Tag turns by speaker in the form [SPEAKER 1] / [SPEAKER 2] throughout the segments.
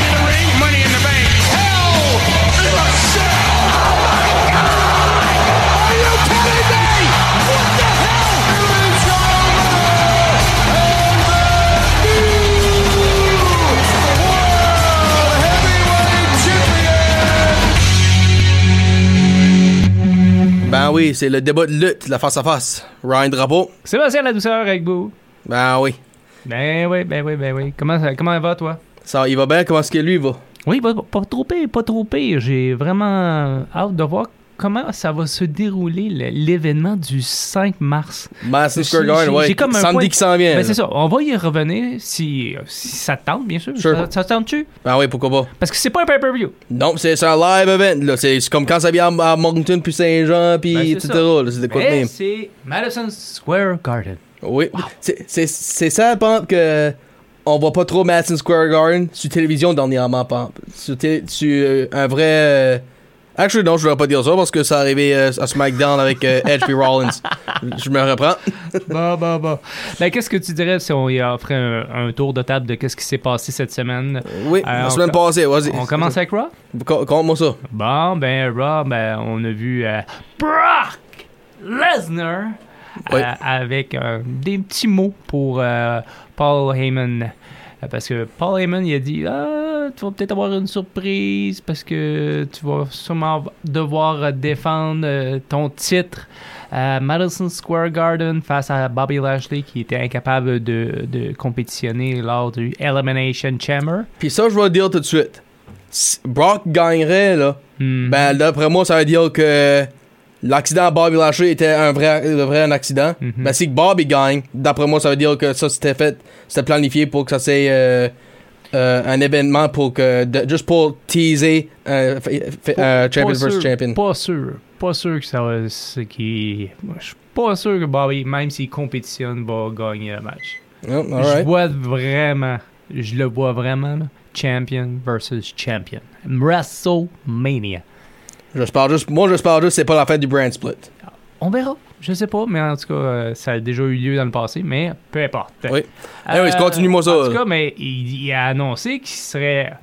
[SPEAKER 1] of the Ring, Money in the Bank.
[SPEAKER 2] Hell in a Cell. Oh Are you kidding me? What the hell?
[SPEAKER 3] Ben oui, c'est le débat de lutte, la face à face. Ryan Drapeau.
[SPEAKER 4] Sébastien La Douceur avec vous.
[SPEAKER 3] Ben oui.
[SPEAKER 4] Ben oui, ben oui, ben oui. Comment, ça- comment va, toi?
[SPEAKER 3] Ça, il va bien, comment est-ce que lui va?
[SPEAKER 4] Oui, pas, pas trop pire, pas trop pire. J'ai vraiment hâte de voir comment ça va se dérouler le- l'événement du 5 mars.
[SPEAKER 3] Madison Square
[SPEAKER 4] J'ai-
[SPEAKER 3] Garden,
[SPEAKER 4] j'ai-
[SPEAKER 3] ouais.
[SPEAKER 4] j'ai comme un
[SPEAKER 3] Samedi
[SPEAKER 4] point-
[SPEAKER 3] qui s'en vient.
[SPEAKER 4] Ben
[SPEAKER 3] Eh là.
[SPEAKER 4] c'est ça, on va y revenir si, si ça te tente, bien sûr.
[SPEAKER 3] Sure.
[SPEAKER 4] Ça, ça te tente-tu?
[SPEAKER 3] Ben oui, pourquoi pas.
[SPEAKER 4] Parce que c'est pas un pay-per-view.
[SPEAKER 3] Non, c'est c'est un live event, là. C'est c'est comme quand ça vient à, à Moncton, puis Saint-Jean, puis
[SPEAKER 4] Ben, c'est
[SPEAKER 3] etc.
[SPEAKER 4] ça.
[SPEAKER 3] là. C'est de quoi de
[SPEAKER 4] Mais
[SPEAKER 3] même.
[SPEAKER 4] c'est Madison Square Garden.
[SPEAKER 3] Oui. C'est- C'est c'est ça, Pamp, que on voit pas trop Madison Square Garden sur télévision dernièrement, Pamp. Sur, télé- sur, euh, un vrai. euh, Actually, non, je voudrais pas dire ça parce que ça arrivait euh, à SmackDown avec euh, Edge puis Rollins. Je me reprends.
[SPEAKER 4] Bah, bah, bah. Ben, qu'est-ce que tu dirais si on y offrait un, un tour de table de qu'est-ce qui s'est passé cette semaine?
[SPEAKER 3] Oui,
[SPEAKER 4] Euh,
[SPEAKER 3] la
[SPEAKER 4] on
[SPEAKER 3] semaine
[SPEAKER 4] co-
[SPEAKER 3] passée, vas-y.
[SPEAKER 4] On commence avec Raw?
[SPEAKER 3] Com- Compte-moi ça.
[SPEAKER 4] Bon, ben, Raw, ben, on a vu euh, Brock Lesnar
[SPEAKER 3] Oui.
[SPEAKER 4] euh, avec euh, des petits mots pour euh, Paul Heyman. Euh, Parce que Paul Heyman, il a dit Ah, tu vas peut-être avoir une surprise parce que tu vas sûrement devoir euh, défendre euh, ton titre à Madison Square Garden face à Bobby Lashley qui était incapable de, de compétitionner lors du Elimination Chamber.
[SPEAKER 3] Puis ça, je vais le dire tout de suite. Si Brock gagnerait, là.
[SPEAKER 4] Hmm.
[SPEAKER 3] Ben, d'après moi, ça veut dire que l'accident à Bobby Lashley était un vrai, le vrai un accident.
[SPEAKER 4] Mhm.
[SPEAKER 3] Ben, si Bobby gagne, d'après moi, ça veut dire que ça, c'était fait, c'était planifié pour que ça soit euh, euh, un événement pour que, de- juste pour teaser euh, f- f- euh, champion
[SPEAKER 4] pas
[SPEAKER 3] versus
[SPEAKER 4] sûr,
[SPEAKER 3] champion.
[SPEAKER 4] Pas sûr. Pas sûr que ça va. c'est qu'il- moi, Je suis pas sûr que Bobby, même s'il compétitionne, va gagner le match.
[SPEAKER 3] Oh, all
[SPEAKER 4] Je
[SPEAKER 3] right.
[SPEAKER 4] vois vraiment. Je le vois vraiment. là, champion versus champion. WrestleMania.
[SPEAKER 3] J'espère juste, moi, j'espère juste que c'est pas la fin du brand split.
[SPEAKER 4] On verra. Je sais pas, mais en tout cas, euh, ça a déjà eu lieu dans le passé, mais peu importe. Euh,
[SPEAKER 3] Oui. Anyways, continue-moi ça.
[SPEAKER 4] En tout cas, mais il, il a annoncé qu'il serait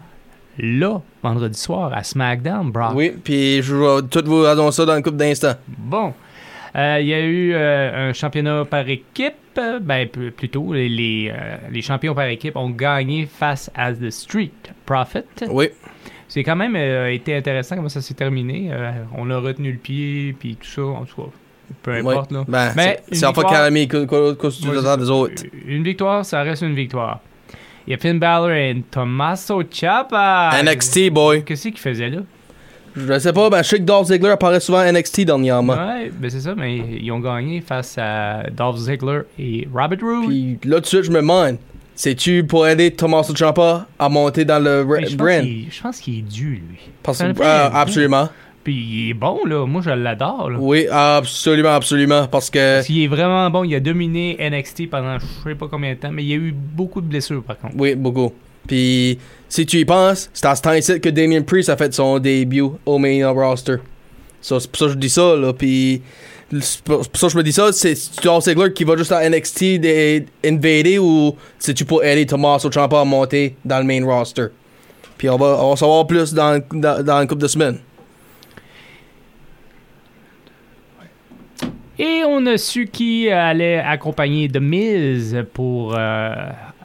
[SPEAKER 4] là vendredi soir à SmackDown, Brock.
[SPEAKER 3] Oui, puis je vais tout vous annoncer ça dans une couple d'instants.
[SPEAKER 4] Bon. Euh, Il y a eu euh, un championnat par équipe. Euh, Ben, p- plutôt, les, les, euh, les champions par équipe ont gagné face à The Street Profit.
[SPEAKER 3] Oui.
[SPEAKER 4] C'est quand même euh, été intéressant comment ça s'est terminé. Euh, on a retenu le pied, puis tout ça, en tout cas. Peu importe,
[SPEAKER 3] oui.
[SPEAKER 4] là.
[SPEAKER 3] Ben,
[SPEAKER 4] Mais
[SPEAKER 3] c'est- c'est en
[SPEAKER 4] une
[SPEAKER 3] fait
[SPEAKER 4] victoire-
[SPEAKER 3] calmer, qu'est-ce que tu
[SPEAKER 4] Ouais,
[SPEAKER 3] attends
[SPEAKER 4] c'est
[SPEAKER 3] des
[SPEAKER 4] ça.
[SPEAKER 3] autres?
[SPEAKER 4] Une victoire, ça reste une victoire. Il y a Finn Balor et Tommaso Ciampa.
[SPEAKER 3] NXT, boy.
[SPEAKER 4] Qu'est-ce qu'il faisait là?
[SPEAKER 3] Je sais pas, ben, je sais que Dolph Ziggler apparaît souvent à NXT dernièrement.
[SPEAKER 4] Ouais, ben c'est ça, mais ils ont gagné face à Dolph Ziggler et Robert Roode.
[SPEAKER 3] Puis là, tout de suite, je me demande, c'est-tu pour aider Tommaso Ciampa à monter dans le
[SPEAKER 4] Mais
[SPEAKER 3] re-
[SPEAKER 4] je pense
[SPEAKER 3] brand?
[SPEAKER 4] qu'il- Je pense qu'il est dû, lui.
[SPEAKER 3] Parce-
[SPEAKER 4] ça le fait
[SPEAKER 3] euh,
[SPEAKER 4] un bout.
[SPEAKER 3] absolument.
[SPEAKER 4] Puis il est bon, là. Moi, je l'adore, là.
[SPEAKER 3] Oui, absolument, absolument. Parce que,
[SPEAKER 4] Parce qu'il est vraiment bon. Il a dominé NXT pendant je sais pas combien de temps, mais il y a eu beaucoup de blessures, par contre.
[SPEAKER 3] oui, beaucoup. Puis, si tu y penses, c'est à ce temps-ci que Damien Priest a fait son début au main roster. Ça, c'est pour ça que je dis ça, là. Puis, c'est pour c'est pour ça que je me dis ça, c'est c'est Dolph Ziggler qui va juste à NXT des- invader ou c'est-tu pour aider Tommaso Ciampa à monter dans le main roster? Puis, on va, on va savoir plus dans, dans, dans une couple de semaines.
[SPEAKER 4] Et on a su qui allait accompagner The Miz pour euh,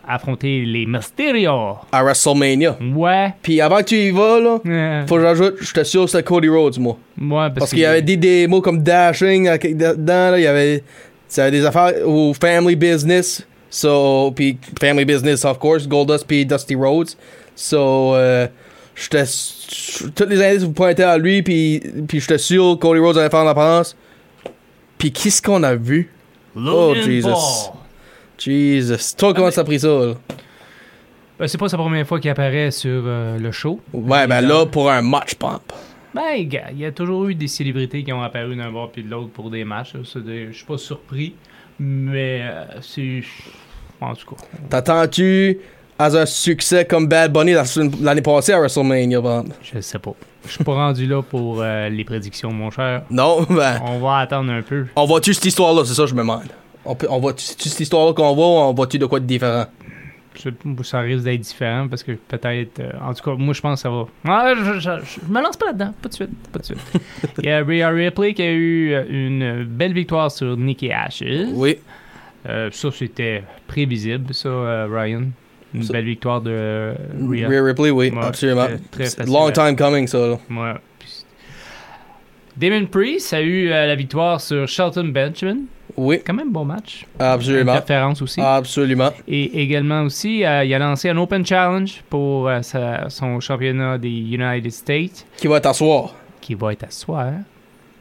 [SPEAKER 4] affronter les Mysterio.
[SPEAKER 3] à WrestleMania.
[SPEAKER 4] Ouais.
[SPEAKER 3] Puis avant que tu y vas, là,
[SPEAKER 4] Euh,
[SPEAKER 3] faut que j'ajoute, j'étais sûr que c'était Cody Rhodes, moi.
[SPEAKER 4] ouais, parce,
[SPEAKER 3] Parce qu'il y avait des, des mots comme dashing à- dedans, là, il y avait, ça avait des affaires au family business. So, puis family business, of course, Goldust puis Dusty Rhodes. So, euh, j'étais. s- Toutes les indices vous pointaient à lui, puis, puis j'étais sûr que Cody Rhodes allait faire en apparence. Puis qu'est-ce qu'on a vu?
[SPEAKER 4] Logan
[SPEAKER 3] Oh, Jesus.
[SPEAKER 4] Paul.
[SPEAKER 3] Jesus. Toi, comment ça a pris ça, là?
[SPEAKER 4] Ben, c'est pas sa première fois qu'il apparaît sur euh, le show.
[SPEAKER 3] Ouais, ben là, pour un match pump.
[SPEAKER 4] Ben, gars, il y a toujours eu des célébrités qui ont apparu d'un bord puis de l'autre pour des matchs. là. C'est des- Je suis pas surpris, mais euh, c'est. En tout cas.
[SPEAKER 3] T'attends-tu à un succès comme Bad Bunny la- l'année passée à WrestleMania, par exemple?
[SPEAKER 4] Je sais pas. Je suis pas rendu là pour euh, les prédictions, mon cher.
[SPEAKER 3] Non, ben,
[SPEAKER 4] On va attendre un peu.
[SPEAKER 3] on voit-tu cette histoire-là? C'est ça que je me demande. On, peut- on voit-tu c'est-tu cette histoire-là qu'on voit ou on voit-tu de quoi de différent?
[SPEAKER 4] Je- Ça risque d'être différent parce que peut-être. euh, en tout cas, moi, je pense que ça va. Ah, je, je- je- je me lance pas là-dedans. Pas de suite. Pas de suite. Il y a Rhea Ripley qui a eu euh, une belle victoire sur Nikki Ashes.
[SPEAKER 3] Oui.
[SPEAKER 4] Euh, ça, c'était prévisible, ça, euh, Ryan. Une
[SPEAKER 3] Ça-
[SPEAKER 4] belle victoire de euh, Rhea.
[SPEAKER 3] Rhea Ripley, oui,
[SPEAKER 4] Ouais,
[SPEAKER 3] absolument.
[SPEAKER 4] très- très
[SPEAKER 3] C'est
[SPEAKER 4] facile.
[SPEAKER 3] Long time coming, ça. là.
[SPEAKER 4] Ouais. Puis- Damon Priest a eu euh, la victoire sur Shelton Benjamin.
[SPEAKER 3] Oui,
[SPEAKER 4] Quand même bon match.
[SPEAKER 3] absolument. Ah.
[SPEAKER 4] Interférence aussi.
[SPEAKER 3] Absolument.
[SPEAKER 4] Et également aussi, euh, il a lancé un Open Challenge pour euh, sa- son championnat des United States,
[SPEAKER 3] Qui va t'asseoir?
[SPEAKER 4] qui va être à soir.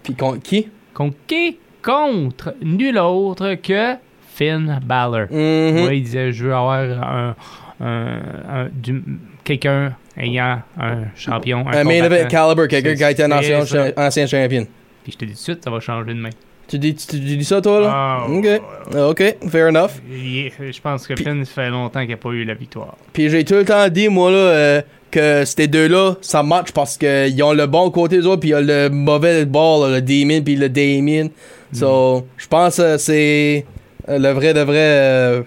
[SPEAKER 3] Puis con- qui?
[SPEAKER 4] Contre qui? Contre nul autre que Finn Balor.
[SPEAKER 3] Mhm.
[SPEAKER 4] Ouais, il disait, je veux avoir un, un- un- du- quelqu'un ayant un champion, un,
[SPEAKER 3] Un main event
[SPEAKER 4] combattant.
[SPEAKER 3] caliber, quelqu'un
[SPEAKER 4] C'est-
[SPEAKER 3] qui a été un ancien,
[SPEAKER 4] c'est ça.
[SPEAKER 3] cha- ancien champion.
[SPEAKER 4] Puis je te dis tout de suite, ça va changer de main.
[SPEAKER 3] Tu dis, tu, tu dis ça, toi, là?
[SPEAKER 4] Ah,
[SPEAKER 3] ok.
[SPEAKER 4] ouais.
[SPEAKER 3] Ok, fair enough.
[SPEAKER 4] Il est- Je pense que
[SPEAKER 3] Puis-
[SPEAKER 4] Finn, ça fait longtemps qu'il n'a pas eu la victoire.
[SPEAKER 3] Puis j'ai tout le temps dit, moi, là, euh, que ces deux-là, ça match parce qu'ils ont le bon côté des autres, puis ils ont le mauvais bord, là, le Damien, puis le Damien. So, je pense que c'est euh, le vrai, le vrai. euh,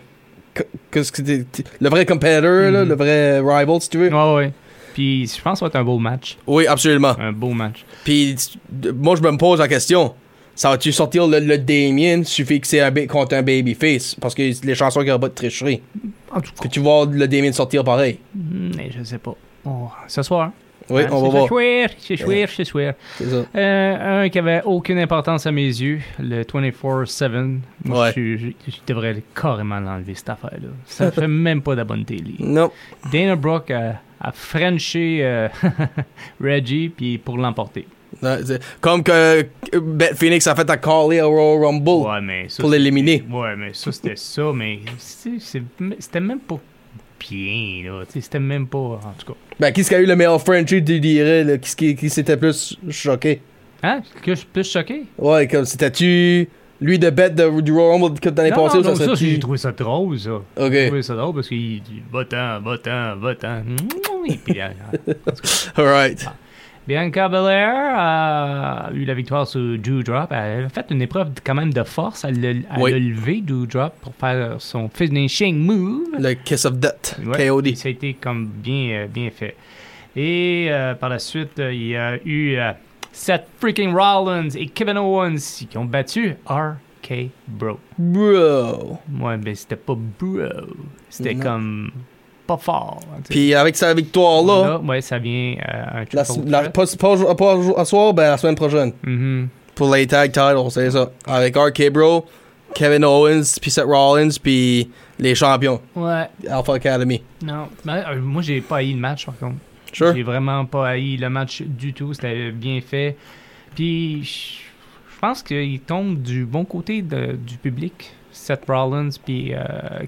[SPEAKER 3] que- qu'est-ce que t'es- t'es- le vrai competitor, là,
[SPEAKER 4] Mhm.
[SPEAKER 3] le vrai rival, si tu veux.
[SPEAKER 4] Ouais, ouais. Puis je pense que ça va être un beau match.
[SPEAKER 3] Oui, absolument.
[SPEAKER 4] Un beau match.
[SPEAKER 3] Puis tu- moi, je me pose la question. Ça va-tu sortir le, le Damien suffit que c'est un ba- contre un babyface? Parce que les chansons qui n'ont pas de tricherie.
[SPEAKER 4] En tout
[SPEAKER 3] Puis tu vois le Damien sortir pareil.
[SPEAKER 4] Mais je sais pas. On- ce soir.
[SPEAKER 3] Oui,
[SPEAKER 4] Hein,
[SPEAKER 3] on
[SPEAKER 4] c'est
[SPEAKER 3] va voir.
[SPEAKER 4] chouir, c'est chouir, c'est chouir.
[SPEAKER 3] C'est ça.
[SPEAKER 4] Euh, un qui avait aucune importance à mes yeux, le 24-7. Moi,
[SPEAKER 3] Ouais.
[SPEAKER 4] je, je- je devrais carrément l'enlever, cette affaire-là. Ça fait même pas de la bonne télé.
[SPEAKER 3] Non.
[SPEAKER 4] Dana Brooke a, a frenché euh, Reggie puis pour l'emporter.
[SPEAKER 3] Non, c'est- Comme que que Beth Phoenix a fait à Carly au Royal Rumble
[SPEAKER 4] Ouais, mais ça,
[SPEAKER 3] Oh. pour
[SPEAKER 4] c'est-
[SPEAKER 3] l'éliminer.
[SPEAKER 4] Ouais, mais ça, c'était ça, mais c'est- c'est- c'était même pas bien, là. Tu sais, C'était même pas, en tout cas.
[SPEAKER 3] Ben, qui ce qui a eu le meilleur Frenchie, tu dirais, là, qui, qui, qui s'était plus choqué?
[SPEAKER 4] Hein? Que je suis plus choqué?
[SPEAKER 3] Ouais, comme c'était-tu lui de Beth de, du Royal Rumble que t'en as
[SPEAKER 4] Non,
[SPEAKER 3] pensé
[SPEAKER 4] non,
[SPEAKER 3] ou ça
[SPEAKER 4] non, ça,
[SPEAKER 3] c'était-tu-
[SPEAKER 4] j'ai trouvé ça drôle, ça. J'ai
[SPEAKER 3] Ok,
[SPEAKER 4] trouvé ça drôle parce qu'il dit « Va-t'en, va-t'en, va-t'en. » Et puis, euh,
[SPEAKER 3] alright.
[SPEAKER 4] Ah. Bianca Belair a eu la victoire sur Dewdrop. Elle a fait une épreuve quand même de force. Elle l'a elle
[SPEAKER 3] Oui.
[SPEAKER 4] a levé Dewdrop pour faire son finishing move.
[SPEAKER 3] Le Kiss of Death,
[SPEAKER 4] Ouais,
[SPEAKER 3] KOD.
[SPEAKER 4] Ça a été comme bien, euh, bien fait. Et euh, par la suite, euh, il y a eu euh, Seth freaking Rollins et Kevin Owens qui ont battu RK Bro.
[SPEAKER 3] Bro.
[SPEAKER 4] Ouais, mais c'était pas bro. C'était
[SPEAKER 3] Non.
[SPEAKER 4] comme pas fort. hein, tu sais.
[SPEAKER 3] Puis avec sa victoire-là,
[SPEAKER 4] Là, ouais, ça vient euh, un
[SPEAKER 3] la,
[SPEAKER 4] triple
[SPEAKER 3] la-
[SPEAKER 4] threat.
[SPEAKER 3] pas, pas, pas à soir, ben la semaine prochaine.
[SPEAKER 4] Mhm.
[SPEAKER 3] Pour les tag titles, c'est ça. Avec RK Bro, Kevin Owens, puis Seth Rollins, puis les champions,
[SPEAKER 4] Ouais,
[SPEAKER 3] Alpha Academy.
[SPEAKER 4] non. Mais, euh, moi, j'ai pas haï le match, par contre.
[SPEAKER 3] Sure.
[SPEAKER 4] J'ai vraiment pas haï le match du tout. C'était bien fait. Puis, je- je pense qu'il tombe du bon côté de- du public. Seth Rollins, puis euh,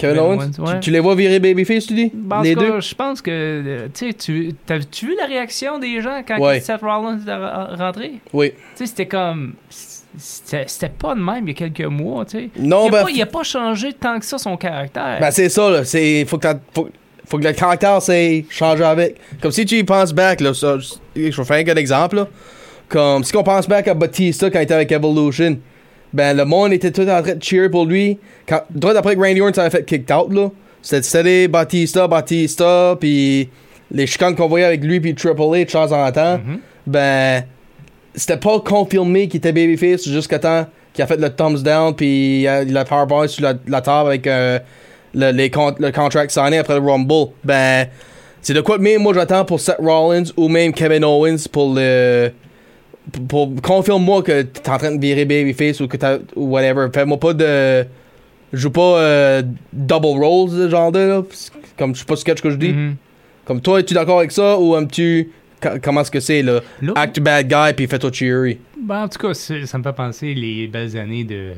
[SPEAKER 3] Kevin Owens, tu-
[SPEAKER 4] ouais.
[SPEAKER 3] tu, les vois virer Babyface, tu dis
[SPEAKER 4] Ben, en
[SPEAKER 3] Les
[SPEAKER 4] tout
[SPEAKER 3] deux
[SPEAKER 4] cas, je pense que. euh, Tu sais, tu as-tu vu la réaction des gens quand
[SPEAKER 3] Ouais.
[SPEAKER 4] Seth Rollins est re- rentré?
[SPEAKER 3] Oui.
[SPEAKER 4] Tu sais, c'était comme. C'était c'était pas de même il y a quelques mois, tu sais.
[SPEAKER 3] Non,
[SPEAKER 4] il, a
[SPEAKER 3] ben,
[SPEAKER 4] pas, il a pas changé tant que ça son caractère.
[SPEAKER 3] ben, c'est ça, là. C'est, faut, que t'as- faut, faut que le caractère s'est changé avec. Comme si tu y penses back, là, ça, je je vais faire un exemple, là. Comme si on pense back à Batista quand il était avec Evolution. Ben, le monde était tout en train de cheer pour lui. Quand, droit après que Randy Orton avait fait kicked out, là, c'était c'était des Batista, Batista, puis les chicanes qu'on voyait avec lui, puis Triple H, de temps en temps.
[SPEAKER 4] Mhm.
[SPEAKER 3] ben c'était pas confirmé qu'il était babyface jusqu'à temps qu'il a fait le thumbs down puis euh, il a powerbomb sur la, la table avec euh, le, les con- le contract signé après le Rumble. Ben c'est de quoi de même moi j'attends pour Seth Rollins ou même Kevin Owens pour le pour, pour- confirme-moi que t'es en train de virer babyface ou que t'as ou whatever. Fais-moi pas de joue pas euh, double rolls ce genre de là. comme je sais pas ce que je dis.
[SPEAKER 4] Mhm.
[SPEAKER 3] Comme toi es-tu d'accord avec ça ou aimes-tu ca- comment est-ce que c'est là?
[SPEAKER 4] Là,
[SPEAKER 3] Act bad guy puis fais-toi cheery.
[SPEAKER 4] ben, en tout cas, c'est- ça me fait penser les belles années de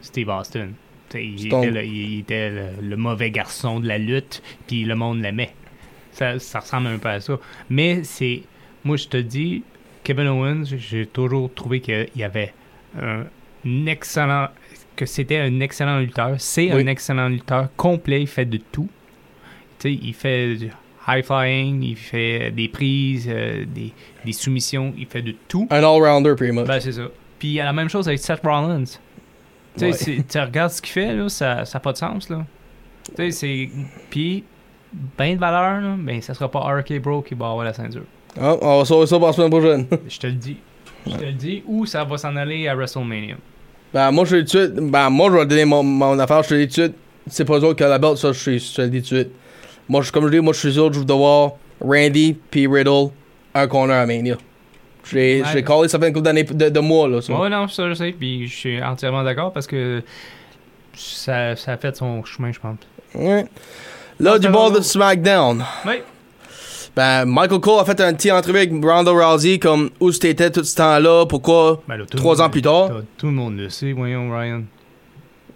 [SPEAKER 4] Steve Austin. Tu sais, Il
[SPEAKER 3] Stone.
[SPEAKER 4] était, le, il était le- le mauvais garçon de la lutte, puis le monde l'aimait. Ça, ça ressemble un peu à ça. Mais c'est. Moi, je te dis, Kevin Owens, j'ai toujours trouvé qu'il y avait un excellent. que c'était un excellent lutteur. C'est
[SPEAKER 3] Oui.
[SPEAKER 4] un excellent lutteur complet, il fait de tout. Tu sais, il fait du high flying, il fait des prises, euh, des, des soumissions, il fait de tout.
[SPEAKER 3] Un all-rounder, pretty much.
[SPEAKER 4] Ben, c'est ça. Puis il y a la même chose avec Seth Rollins. Tu
[SPEAKER 3] Ouais.
[SPEAKER 4] sais, c'est- tu regardes ce qu'il fait, là, ça n'a pas de sens. Là. Tu sais, c'est. Puis, ben de valeur, là, ben, ça sera pas RK Bro qui va avoir la ceinture.
[SPEAKER 3] Ah, on va sauver ça pour la semaine prochaine.
[SPEAKER 4] Je te le dis. Je te le dis. Ou ça va s'en aller à WrestleMania.
[SPEAKER 3] ben, moi, je te le dis tout de suite. Ben, moi, je vais te donner mon, mon affaire, je te le dis tout de suite. C'est pas eux autres qui ont la belt, ça, je, te- je te le dis tout de suite. Moi, je, comme je dis, moi, je suis sûr que je vais devoir Randy puis Riddle un corner à Mania. J'ai
[SPEAKER 4] Ouais.
[SPEAKER 3] j'ai callé ça fait une couple d'années de, de mois, là. ça.
[SPEAKER 4] Ouais, non, ça, je sais. Puis, je suis entièrement d'accord parce que ça, ça a fait son chemin, je pense.
[SPEAKER 3] Ouais. Là,
[SPEAKER 4] Non,
[SPEAKER 3] du
[SPEAKER 4] ça
[SPEAKER 3] bord
[SPEAKER 4] va.
[SPEAKER 3] de SmackDown.
[SPEAKER 4] Oui.
[SPEAKER 3] Ben, Michael Cole a fait un petit entrevue avec Ronda Rousey, comme où c'était tout ce temps-là, pourquoi.
[SPEAKER 4] Ben, là, tout le
[SPEAKER 3] Trois
[SPEAKER 4] monde-
[SPEAKER 3] ans plus tard.
[SPEAKER 4] Tout- Tout le monde le sait, voyons, Ryan.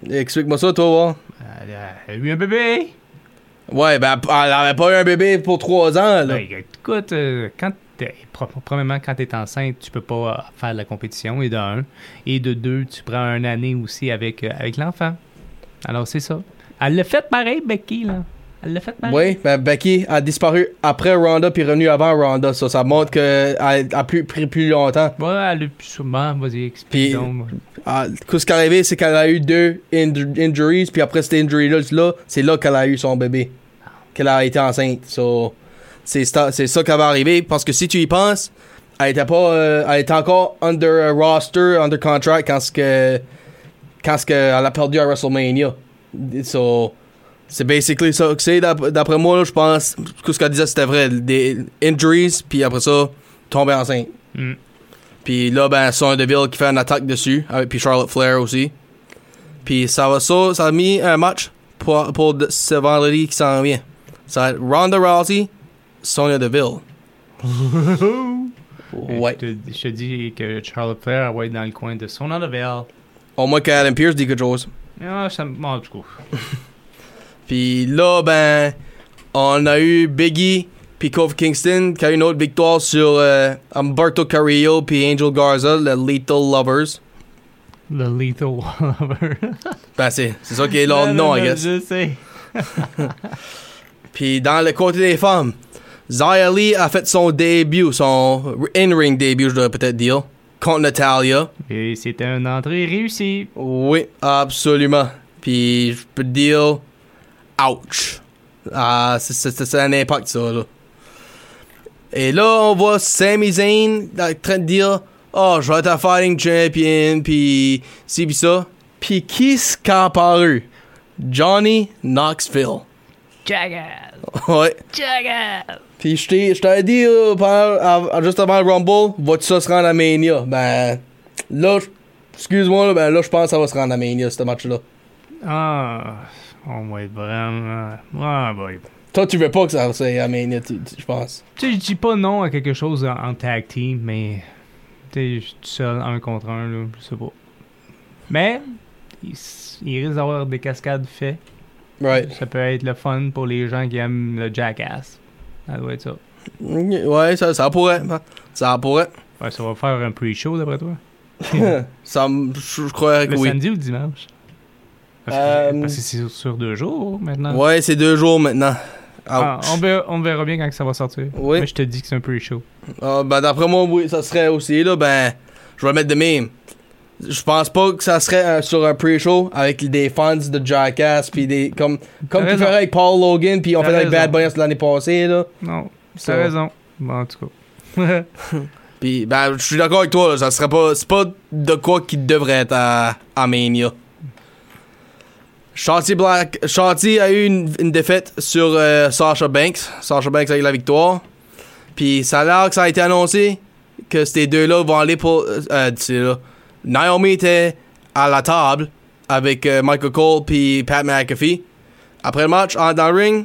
[SPEAKER 4] Ben,
[SPEAKER 3] Explique-moi ça, toi, voir.
[SPEAKER 4] Elle a, elle a eu un bébé.
[SPEAKER 3] Ouais, ben, elle avait pas eu un bébé pour trois ans, là.
[SPEAKER 4] Ben, écoute, euh, quand t'es- pro- premièrement, quand tu es enceinte, tu peux pas euh, faire de la compétition, et de un. Et de deux, tu prends un année aussi avec, euh, avec l'enfant. Alors, c'est ça. Elle l'a fait pareil, Becky, là. Elle l'a fait pareil.
[SPEAKER 3] Oui, ben Becky a disparu après Ronda puis revenue avant Ronda. Ça, ça montre qu'elle a plus, pris plus longtemps.
[SPEAKER 4] Ouais, elle a pu sûrement, vas-y,
[SPEAKER 3] Puis-
[SPEAKER 4] explique donc.
[SPEAKER 3] Ah, que ce qui est arrivé, c'est qu'elle a eu deux inj- injuries, puis après cette injury-là, c'est là qu'elle a eu son bébé. Qu'elle a été enceinte. So, c'est ça, c'est ça qui va arriver. Parce que si tu y penses, elle était pas. euh, elle était encore under euh, roster, under contract quand ce que. Quand ce que elle a perdu à WrestleMania. So, c'est basically ça que c'est. d'ap- D'après moi, là, je pense que ce qu'elle disait, c'était vrai. Des injuries, puis après ça, tomber enceinte.
[SPEAKER 4] Mm.
[SPEAKER 3] Puis là, ben, Sonya Deville qui fait une attaque dessus, avec, puis Charlotte Flair aussi. Puis ça va ça, ça a mis un match pour, pour de- ce vendredi qui s'en vient. Ça va être Ronda Rousey, Sonya Deville. ouais.
[SPEAKER 4] Euh, Je te, je te dis que Charlotte Flair elle va être dans le coin de son Annabelle.
[SPEAKER 3] Au moins qu'Adam Pierce dit quelque chose.
[SPEAKER 4] Ah, ça me manque du coup.
[SPEAKER 3] Puis là, ben, on a eu Biggie puis Kofi Kingston qui a eu une autre victoire sur euh, Humberto Carrillo puis Angel Garza, le Lethal Lovers.
[SPEAKER 4] Le Lethal Lover.
[SPEAKER 3] Ben, c'est c'est ça qui est leur nom, I guess.
[SPEAKER 4] Je sais.
[SPEAKER 3] Puis dans le côté des femmes, Zaya Lee a fait son début, son in-ring début, je dois peut-être dire, contre Natalia.
[SPEAKER 4] Et c'était une entrée réussie.
[SPEAKER 3] Oui, absolument. Puis je peux te dire, ouch. Ah, c'est- c'est c'est- c'est un impact ça, là. Et là, on voit Sami Zayn en train de dire, oh, je vais être un fighting champion, puis si, puis ça. Puis qui se apparu? Johnny Knoxville.
[SPEAKER 5] Jackass!
[SPEAKER 3] ouais.
[SPEAKER 5] Jackass!
[SPEAKER 3] Puis je t'ai- je t'avais dit euh, pendant- av- juste avant le Rumble, va-tu ça se rendre à Mania? Ben là, je- excuse-moi, là, ben là je pense que ça va se rendre à Mania ce match-là.
[SPEAKER 4] Ah, on va être vraiment. Ah, boy.
[SPEAKER 3] Toi tu veux pas que ça soit à Mania, tu- tu- je pense.
[SPEAKER 4] Tu sais, je dis pas non à quelque chose en, en tag team, mais. Tu sais, je suis tout seul, un contre un, là, je sais pas. Mais, il, s- il risque d'avoir des cascades faites.
[SPEAKER 3] Right.
[SPEAKER 4] Ça peut être le fun pour les gens qui aiment le jackass. Ça doit être ça.
[SPEAKER 3] Mm, Ouais, ça, ça pourrait. hein. Ça pourrait.
[SPEAKER 4] Ouais, ça va faire un pre-show d'après toi.
[SPEAKER 3] ça, me- je, je crois que
[SPEAKER 4] Le
[SPEAKER 3] Euh, oui.
[SPEAKER 4] samedi ou le dimanche? Parce que,
[SPEAKER 3] Euh,
[SPEAKER 4] parce que c'est sur, sur deux jours maintenant.
[SPEAKER 3] Ouais, c'est deux jours maintenant. Ouch.
[SPEAKER 4] Ah, on, verra, on verra bien quand que ça va sortir.
[SPEAKER 3] Oui.
[SPEAKER 4] Mais je te dis que c'est un pre-show.
[SPEAKER 3] Ah, ben d'après moi, oui, ça serait aussi là, ben je vais le mettre de même. Je pense pas que ça serait euh, sur un pre-show avec des fans de Jackass puis des comme comme
[SPEAKER 4] T'as
[SPEAKER 3] tu
[SPEAKER 4] raison.
[SPEAKER 3] ferais avec Paul Logan puis on
[SPEAKER 4] T'as
[SPEAKER 3] fait avec
[SPEAKER 4] raison.
[SPEAKER 3] Bad Bunny l'année passée là.
[SPEAKER 4] Non,
[SPEAKER 3] Ça-
[SPEAKER 4] t'as raison. Bon, en tout cas.
[SPEAKER 3] Puis ben je suis d'accord avec toi, là, ça serait pas c'est pas de quoi qui devrait être à, à Mania. Shanti Black Shanti a eu une, une défaite sur euh, Sasha Banks. Sasha Banks a eu la victoire. Puis ça a l'air que ça a été annoncé que ces deux-là vont aller pour. euh, euh, c'est là. Naomi était à la table avec euh, Michael Cole puis Pat McAfee. Après le match, en dans le ring,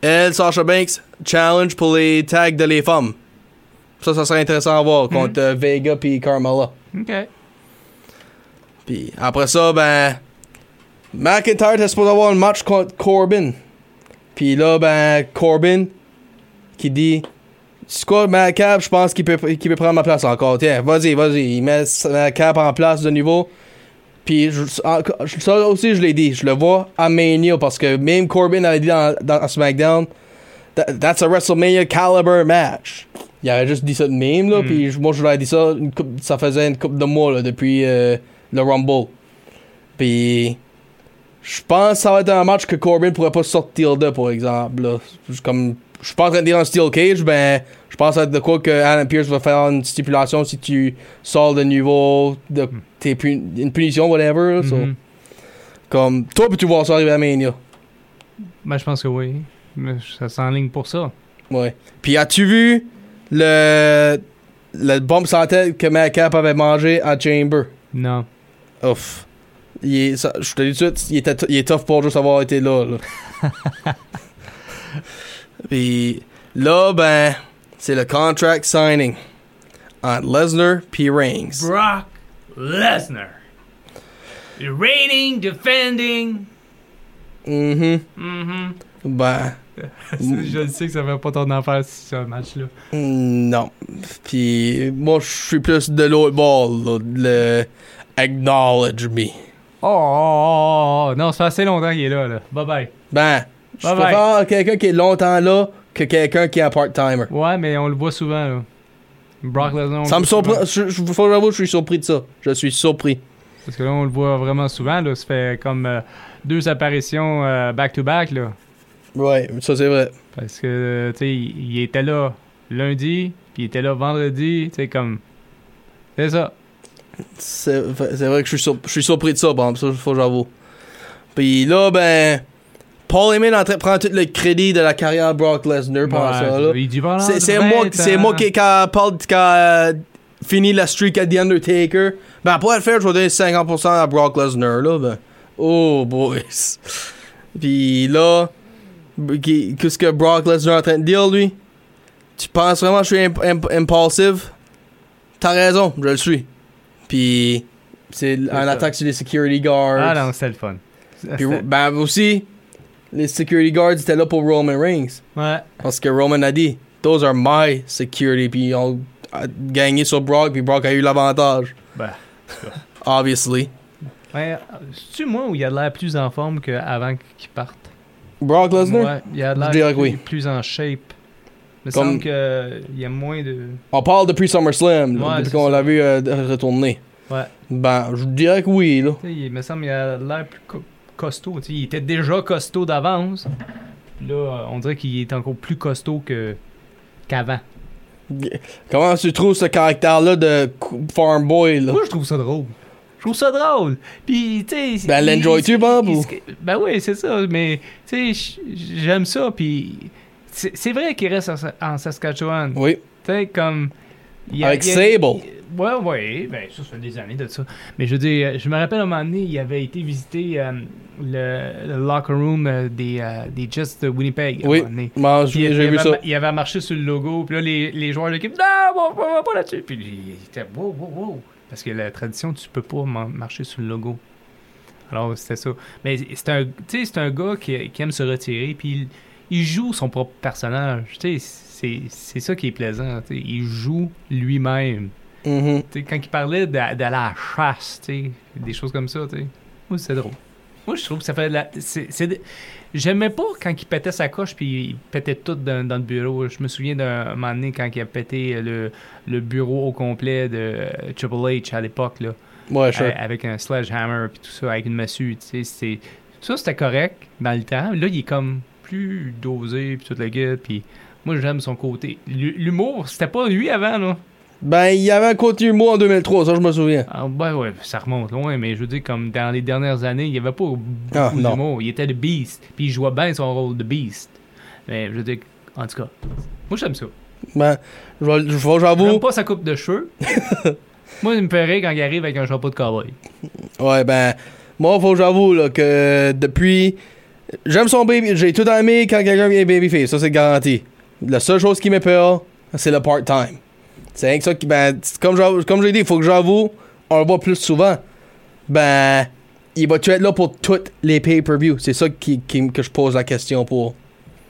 [SPEAKER 3] elle, Sasha Banks, challenge pour les tags de les femmes. Ça, ça serait intéressant à voir contre euh, Vega puis Carmella.
[SPEAKER 4] ok.
[SPEAKER 3] Puis après ça, ben. McIntyre était supposé avoir un match contre Corbin. Puis là, ben, Corbin qui dit C'est quoi, Macab Je pense qu'il peut, qu'il peut prendre ma place encore. Tiens, vas-y, vas-y. Il met s- Macab en place de nouveau. Puis je- en- je- ça aussi, je l'ai dit, je le vois à Mania parce que même Corbin avait dit dans, dans SmackDown, That- that's a WrestleMania caliber match. Il avait juste dit ça de même, là,
[SPEAKER 4] Hmm.
[SPEAKER 3] puis je- moi je lui avais dit ça, une coupe- ça faisait une couple de mois là, depuis euh, le Rumble. Puis je pense que ça va être un match que Corbin pourrait pas sortir de, par exemple. là. C'est Comme, je suis pas en train de dire un steel cage, ben je pense que ça va être de quoi que Alan Pierce va faire une stipulation si tu sors de niveau, de tes pun- une punition, whatever. là, so.
[SPEAKER 4] Mhm.
[SPEAKER 3] Comme, toi, peux-tu voir ça arriver à Mania?
[SPEAKER 4] Ben, je pense que oui. Mais Ça s'enligne pour ça.
[SPEAKER 3] Ouais. Puis as-tu vu le le bombe sans tête que Madcap avait mangé à Chamber?
[SPEAKER 4] Non.
[SPEAKER 3] Ouf. Il est- ça- je te dis tout de suite, il, était, il est tough pour juste avoir été là. là. Puis là, ben, c'est le contract signing entre Lesnar puis Reigns.
[SPEAKER 4] Brock Lesnar. The reigning, defending.
[SPEAKER 3] Mhm.
[SPEAKER 4] Mhm.
[SPEAKER 3] Ben,
[SPEAKER 4] je le sais que ça va pas ton affaire ce match-là.
[SPEAKER 3] mm, non. Puis moi, je suis plus de l'autre ball, là, le acknowledge me.
[SPEAKER 4] Oh, oh, oh, oh, non, ça fait assez longtemps qu'il est là, là. Bye bye.
[SPEAKER 3] Ben, je
[SPEAKER 4] Bye bye.
[SPEAKER 3] préfère quelqu'un qui est longtemps là que quelqu'un qui est un part-timer.
[SPEAKER 4] Ouais, mais on le voit souvent, là. Brock Lesnar. on
[SPEAKER 3] Ça
[SPEAKER 4] le
[SPEAKER 3] me
[SPEAKER 4] voit souvent.
[SPEAKER 3] surprend. Je, je, faut que j'avoue, je suis surpris de ça. Je suis surpris.
[SPEAKER 4] Parce que là, on le voit vraiment souvent, là. Ça fait comme euh, deux apparitions euh, back-to-back, là.
[SPEAKER 3] Ouais, ça c'est vrai.
[SPEAKER 4] Parce que, euh, tu sais, il il était là lundi, puis il était là vendredi, tu sais, comme. C'est ça.
[SPEAKER 3] C'est c'est vrai que je suis, sur- je suis surpris de ça, bon, ça, faut que j'avoue. Puis là, ben. Paul Heyman est en train de prendre tout le crédit de la carrière de Brock Lesnar pendant
[SPEAKER 4] Ouais,
[SPEAKER 3] ça, là.
[SPEAKER 4] c'est Il dit voilà,
[SPEAKER 3] C'est c'est
[SPEAKER 4] 20
[SPEAKER 3] moi, c'est
[SPEAKER 4] ans.
[SPEAKER 3] moi qui, qui a, parlé- qui a fini la streak à The Undertaker. Ben, pour le faire, je vais donner 50% à Brock Lesnar, là. Ben. Oh, boys. Puis là, qui- qu'est-ce que Brock Lesnar est en train de dire, lui? Tu penses vraiment que je suis imp- imp- impulsive? T'as raison, je le suis. Puis, c'est un
[SPEAKER 4] ça.
[SPEAKER 3] attaque sur les security guards.
[SPEAKER 4] Ah non, c'était le fun.
[SPEAKER 3] Puis,
[SPEAKER 4] C'était-
[SPEAKER 3] ben, aussi, les security guards étaient là pour Roman Reigns.
[SPEAKER 4] Ouais.
[SPEAKER 3] Parce que Roman a dit, those are my security. Puis on a gagné sur Brock, puis Brock a eu l'avantage.
[SPEAKER 4] Ben,
[SPEAKER 3] Obviously.
[SPEAKER 4] ouais. C'est-tu moi où il a de l'air plus en forme qu'avant qu'il parte?
[SPEAKER 3] Brock Lesnar,
[SPEAKER 4] Ouais, il a de
[SPEAKER 3] Je dirais
[SPEAKER 4] l'air
[SPEAKER 3] que oui.
[SPEAKER 4] plus, plus en shape. Il me
[SPEAKER 3] Comme-
[SPEAKER 4] semble qu'il y a moins de.
[SPEAKER 3] on parle depuis SummerSlam, là,
[SPEAKER 4] Ouais,
[SPEAKER 3] depuis
[SPEAKER 4] c'est
[SPEAKER 3] qu'on
[SPEAKER 4] ça.
[SPEAKER 3] l'a vu euh, retourner.
[SPEAKER 4] Ouais.
[SPEAKER 3] Ben, je dirais que oui, là.
[SPEAKER 4] Tu sais, il me semble qu'il a de l'air plus co- costaud. tu sais, il était déjà costaud d'avance. Puis Là, euh, on dirait qu'il est encore plus costaud que qu'avant.
[SPEAKER 3] Comment tu trouves ce caractère-là de cou- farm boy, là?
[SPEAKER 4] Moi, je trouve ça drôle. Oh. Je trouis ça drôle. Puis, tu sais.
[SPEAKER 3] Ben,
[SPEAKER 4] il-
[SPEAKER 3] l'enjoy-tu,
[SPEAKER 4] il-
[SPEAKER 3] Bob,
[SPEAKER 4] il-
[SPEAKER 3] ou?
[SPEAKER 4] Ben oui, c'est ça. Mais, tu sais, j- j'aime ça. Puis, c'est c'est vrai qu'il reste en Sa- en Saskatchewan.
[SPEAKER 3] Oui.
[SPEAKER 4] Tu sais, comme. il y a-
[SPEAKER 3] Avec
[SPEAKER 4] il y a-
[SPEAKER 3] Sable.
[SPEAKER 4] Ouais, ouais, ben ça, ça fait des années de ça. Mais je veux dire, je me rappelle un moment donné, il avait été visiter euh, le, le locker room euh, des, euh, des Jets de Winnipeg. à un
[SPEAKER 3] Oui.
[SPEAKER 4] moment donné.
[SPEAKER 3] Ben,
[SPEAKER 4] Puis il
[SPEAKER 3] j'ai j'ai vu
[SPEAKER 4] avait
[SPEAKER 3] ça.
[SPEAKER 4] ma- Il avait marché sur le logo, puis là, les, les joueurs de l'équipe, non, on va- on va pas là-dessus. Puis il était, wow, wow, wow. Parce que la tradition, tu peux pas man- marcher sur le logo. Alors, c'était ça. Mais c'est un, tu sais, c'est un gars qui, qui aime se retirer, puis il, il joue son propre personnage. Tu sais, c'est c'est ça qui est plaisant. tu sais. Il joue lui-même.
[SPEAKER 3] Mhm.
[SPEAKER 4] Tu sais, quand il parlait d'a- d'aller à la chasse, tu sais, des choses comme ça, tu sais. Moi, c'est drôle. Moi, je trouve que ça fait de la. c'est- c'est de- J'aimais pas quand il pétait sa coche puis il pétait tout dans, dans le bureau. Je me souviens d'un moment donné quand il a pété le, le bureau au complet de euh, Triple H à l'époque, là.
[SPEAKER 3] Ouais, sure.
[SPEAKER 4] Euh, avec un sledgehammer puis tout ça, avec une massue, tu sais, c'est... Ça, c'était correct dans le temps. Là, il est comme plus dosé puis toute la gueule, puis moi, j'aime son côté. L'hu- L'humour, c'était pas lui avant, là.
[SPEAKER 3] Ben, il y avait un côté humour en 2003, ça, je me souviens.
[SPEAKER 4] Ah, ben ouais, ça remonte loin, mais je veux dire, comme dans les dernières années, il n'y avait pas beaucoup
[SPEAKER 3] Ah, non.
[SPEAKER 4] d'humour. Il était le beast, puis il jouait bien son rôle de beast. Mais je veux dire, en tout cas, moi j'aime ça.
[SPEAKER 3] Ben, je vais- je vais-
[SPEAKER 4] J'aime
[SPEAKER 3] j'avoue.
[SPEAKER 4] pas sa coupe de cheveux. moi, il me fait rire quand il arrive avec un chapeau de cowboy.
[SPEAKER 3] Ouais, ben, moi, faut que j'avoue là, que depuis. J'aime son baby. J'ai tout aimé quand quelqu'un vient babyface, ça c'est garanti. La seule chose qui m'épeur, c'est le part-time. C'est rien que ça qui. Ben, c'est comme j'avoue- comme j'ai dit, faut que j'avoue, on le voit plus souvent. Ben, il va-tu être là pour toutes les pay-per-views C'est ça qui, qui- que je pose la question pour.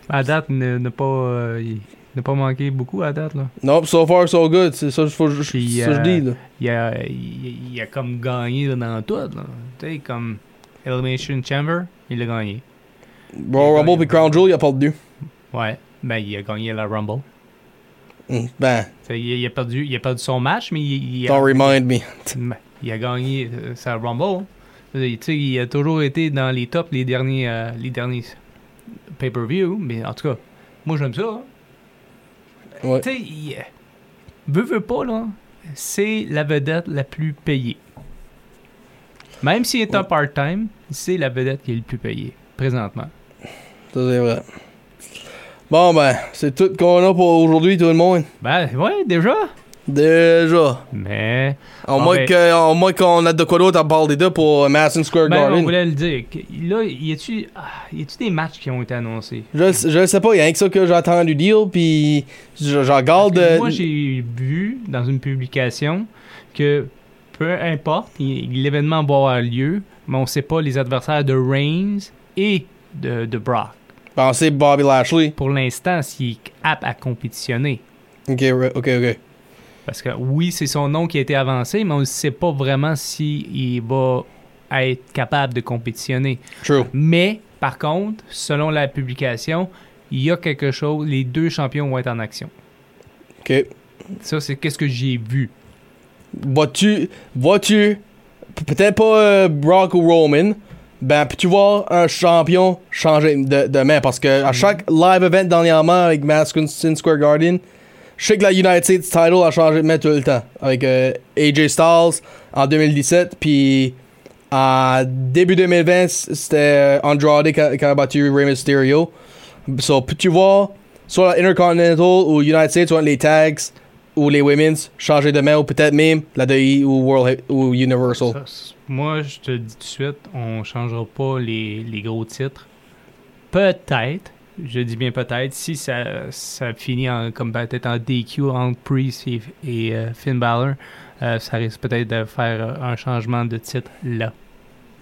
[SPEAKER 4] À date, ne, ne pas, euh, il- ne pas manquer beaucoup à date. Là.
[SPEAKER 3] Non, so far, so good. C'est ça que je ça
[SPEAKER 4] Puis, euh,
[SPEAKER 3] que je dis, là.
[SPEAKER 4] Il, a, il, il a comme gagné là, dans tout. là. Tu sais, comme Elimination Chamber, il a gagné.
[SPEAKER 3] Royal
[SPEAKER 4] il-
[SPEAKER 3] Rumble puis Crown Jewel, il a perdu.
[SPEAKER 4] Ouais, ben il a gagné la Rumble.
[SPEAKER 3] Hmm, Ben,
[SPEAKER 4] Tu sais, Il, il a perdu, il a perdu son match, mais il, il a,
[SPEAKER 3] don't remind me.
[SPEAKER 4] Ben, il a gagné euh, sa Rumble. Euh, tu sais, il a toujours été dans les tops les derniers, euh, les derniers pay-per-view. Mais en tout cas, moi, j'aime ça. hein.
[SPEAKER 3] Ouais.
[SPEAKER 4] Tu sais, il, euh, veut, veut pas, là. C'est la vedette la plus payée. Même s'il est un part-time, c'est la vedette qui est le plus payée, présentement.
[SPEAKER 3] Ça, c'est vrai. Bon, ben, c'est tout qu'on a pour aujourd'hui, tout le monde.
[SPEAKER 4] Ben, ouais, déjà.
[SPEAKER 3] Déjà.
[SPEAKER 4] Mais.
[SPEAKER 3] Au
[SPEAKER 4] Ah,
[SPEAKER 3] moins
[SPEAKER 4] ben-
[SPEAKER 3] que- au moins qu'on a de quoi d'autre à parler de pour euh, Madison Square
[SPEAKER 4] Ben, on
[SPEAKER 3] Garden.
[SPEAKER 4] voulait le dire. que- Là, y a-tu ah, y a-tu des matchs qui ont été annoncés?
[SPEAKER 3] Je, je le sais pas, il y a rien que ça que j'attends du deal, puis je, je regarde.
[SPEAKER 4] Parce que
[SPEAKER 3] euh,
[SPEAKER 4] Moi, j'ai vu dans une publication que peu importe, il- l'événement va avoir lieu, mais on sait pas les adversaires de Reigns et de, de Brock.
[SPEAKER 3] Pensez ben, Bobby Lashley.
[SPEAKER 4] Pour l'instant, s'il est apte à compétitionner.
[SPEAKER 3] Ok, re- ok, ok.
[SPEAKER 4] Parce que oui, c'est son nom qui a été avancé, mais on ne sait pas vraiment s'il va être capable de compétitionner.
[SPEAKER 3] True.
[SPEAKER 4] Mais, par contre, selon la publication, il y a quelque chose, les deux champions vont être en action.
[SPEAKER 3] Ok.
[SPEAKER 4] Ça, c'est qu'est-ce que j'ai vu.
[SPEAKER 3] Vois-tu. Vois-tu. p- Peut-être pas euh, Brock ou Roman. Ben, puis tu vois un champion changer de, de main. Parce que à chaque live event dernièrement avec Madison Square Garden, je sais que la United States title a changé de main tout le temps. Avec euh, AJ Styles en 2017, puis à début 2020, c'était euh, Andrade qui a, qui a battu Rey Mysterio. So, puis tu vois, soit la Intercontinental ou United States, soit les tags ou les women's changer de main, ou peut-être même la DI ou World He- ou Universal.
[SPEAKER 4] Ça, c'est- moi, je te dis tout de suite, on changera pas les, les gros titres. Peut-être, je dis bien peut-être, si ça, ça finit en, comme peut-être en DQ entre Priest et, et, euh, Finn Balor, euh, ça risque peut-être de faire euh, un changement de titre là,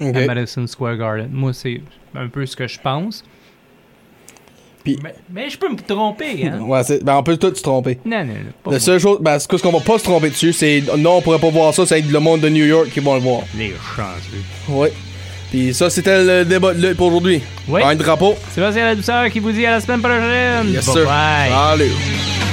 [SPEAKER 3] Ok.
[SPEAKER 4] à Madison Square Garden. Moi, c'est un peu ce que je pense.
[SPEAKER 3] Puis-
[SPEAKER 4] Mais, mais je peux me tromper, hein?
[SPEAKER 3] Ouais, c'est- ben on peut tout se tromper.
[SPEAKER 4] non, non, non.
[SPEAKER 3] La
[SPEAKER 4] pas moi.
[SPEAKER 3] seule chose, ben, ce qu'on va pas se tromper dessus, c'est non, on pourrait pas voir ça, c'est le monde de New York qui vont le voir.
[SPEAKER 4] Les chanceux.
[SPEAKER 3] Ouais. Puis ça, c'était le débat de l'œil pour aujourd'hui.
[SPEAKER 4] Oui.
[SPEAKER 3] Un drapeau.
[SPEAKER 4] Sébastien La Douceur qui vous dit à la semaine prochaine.
[SPEAKER 3] Yes,
[SPEAKER 4] bye
[SPEAKER 3] sir.
[SPEAKER 4] bye.
[SPEAKER 3] Salut.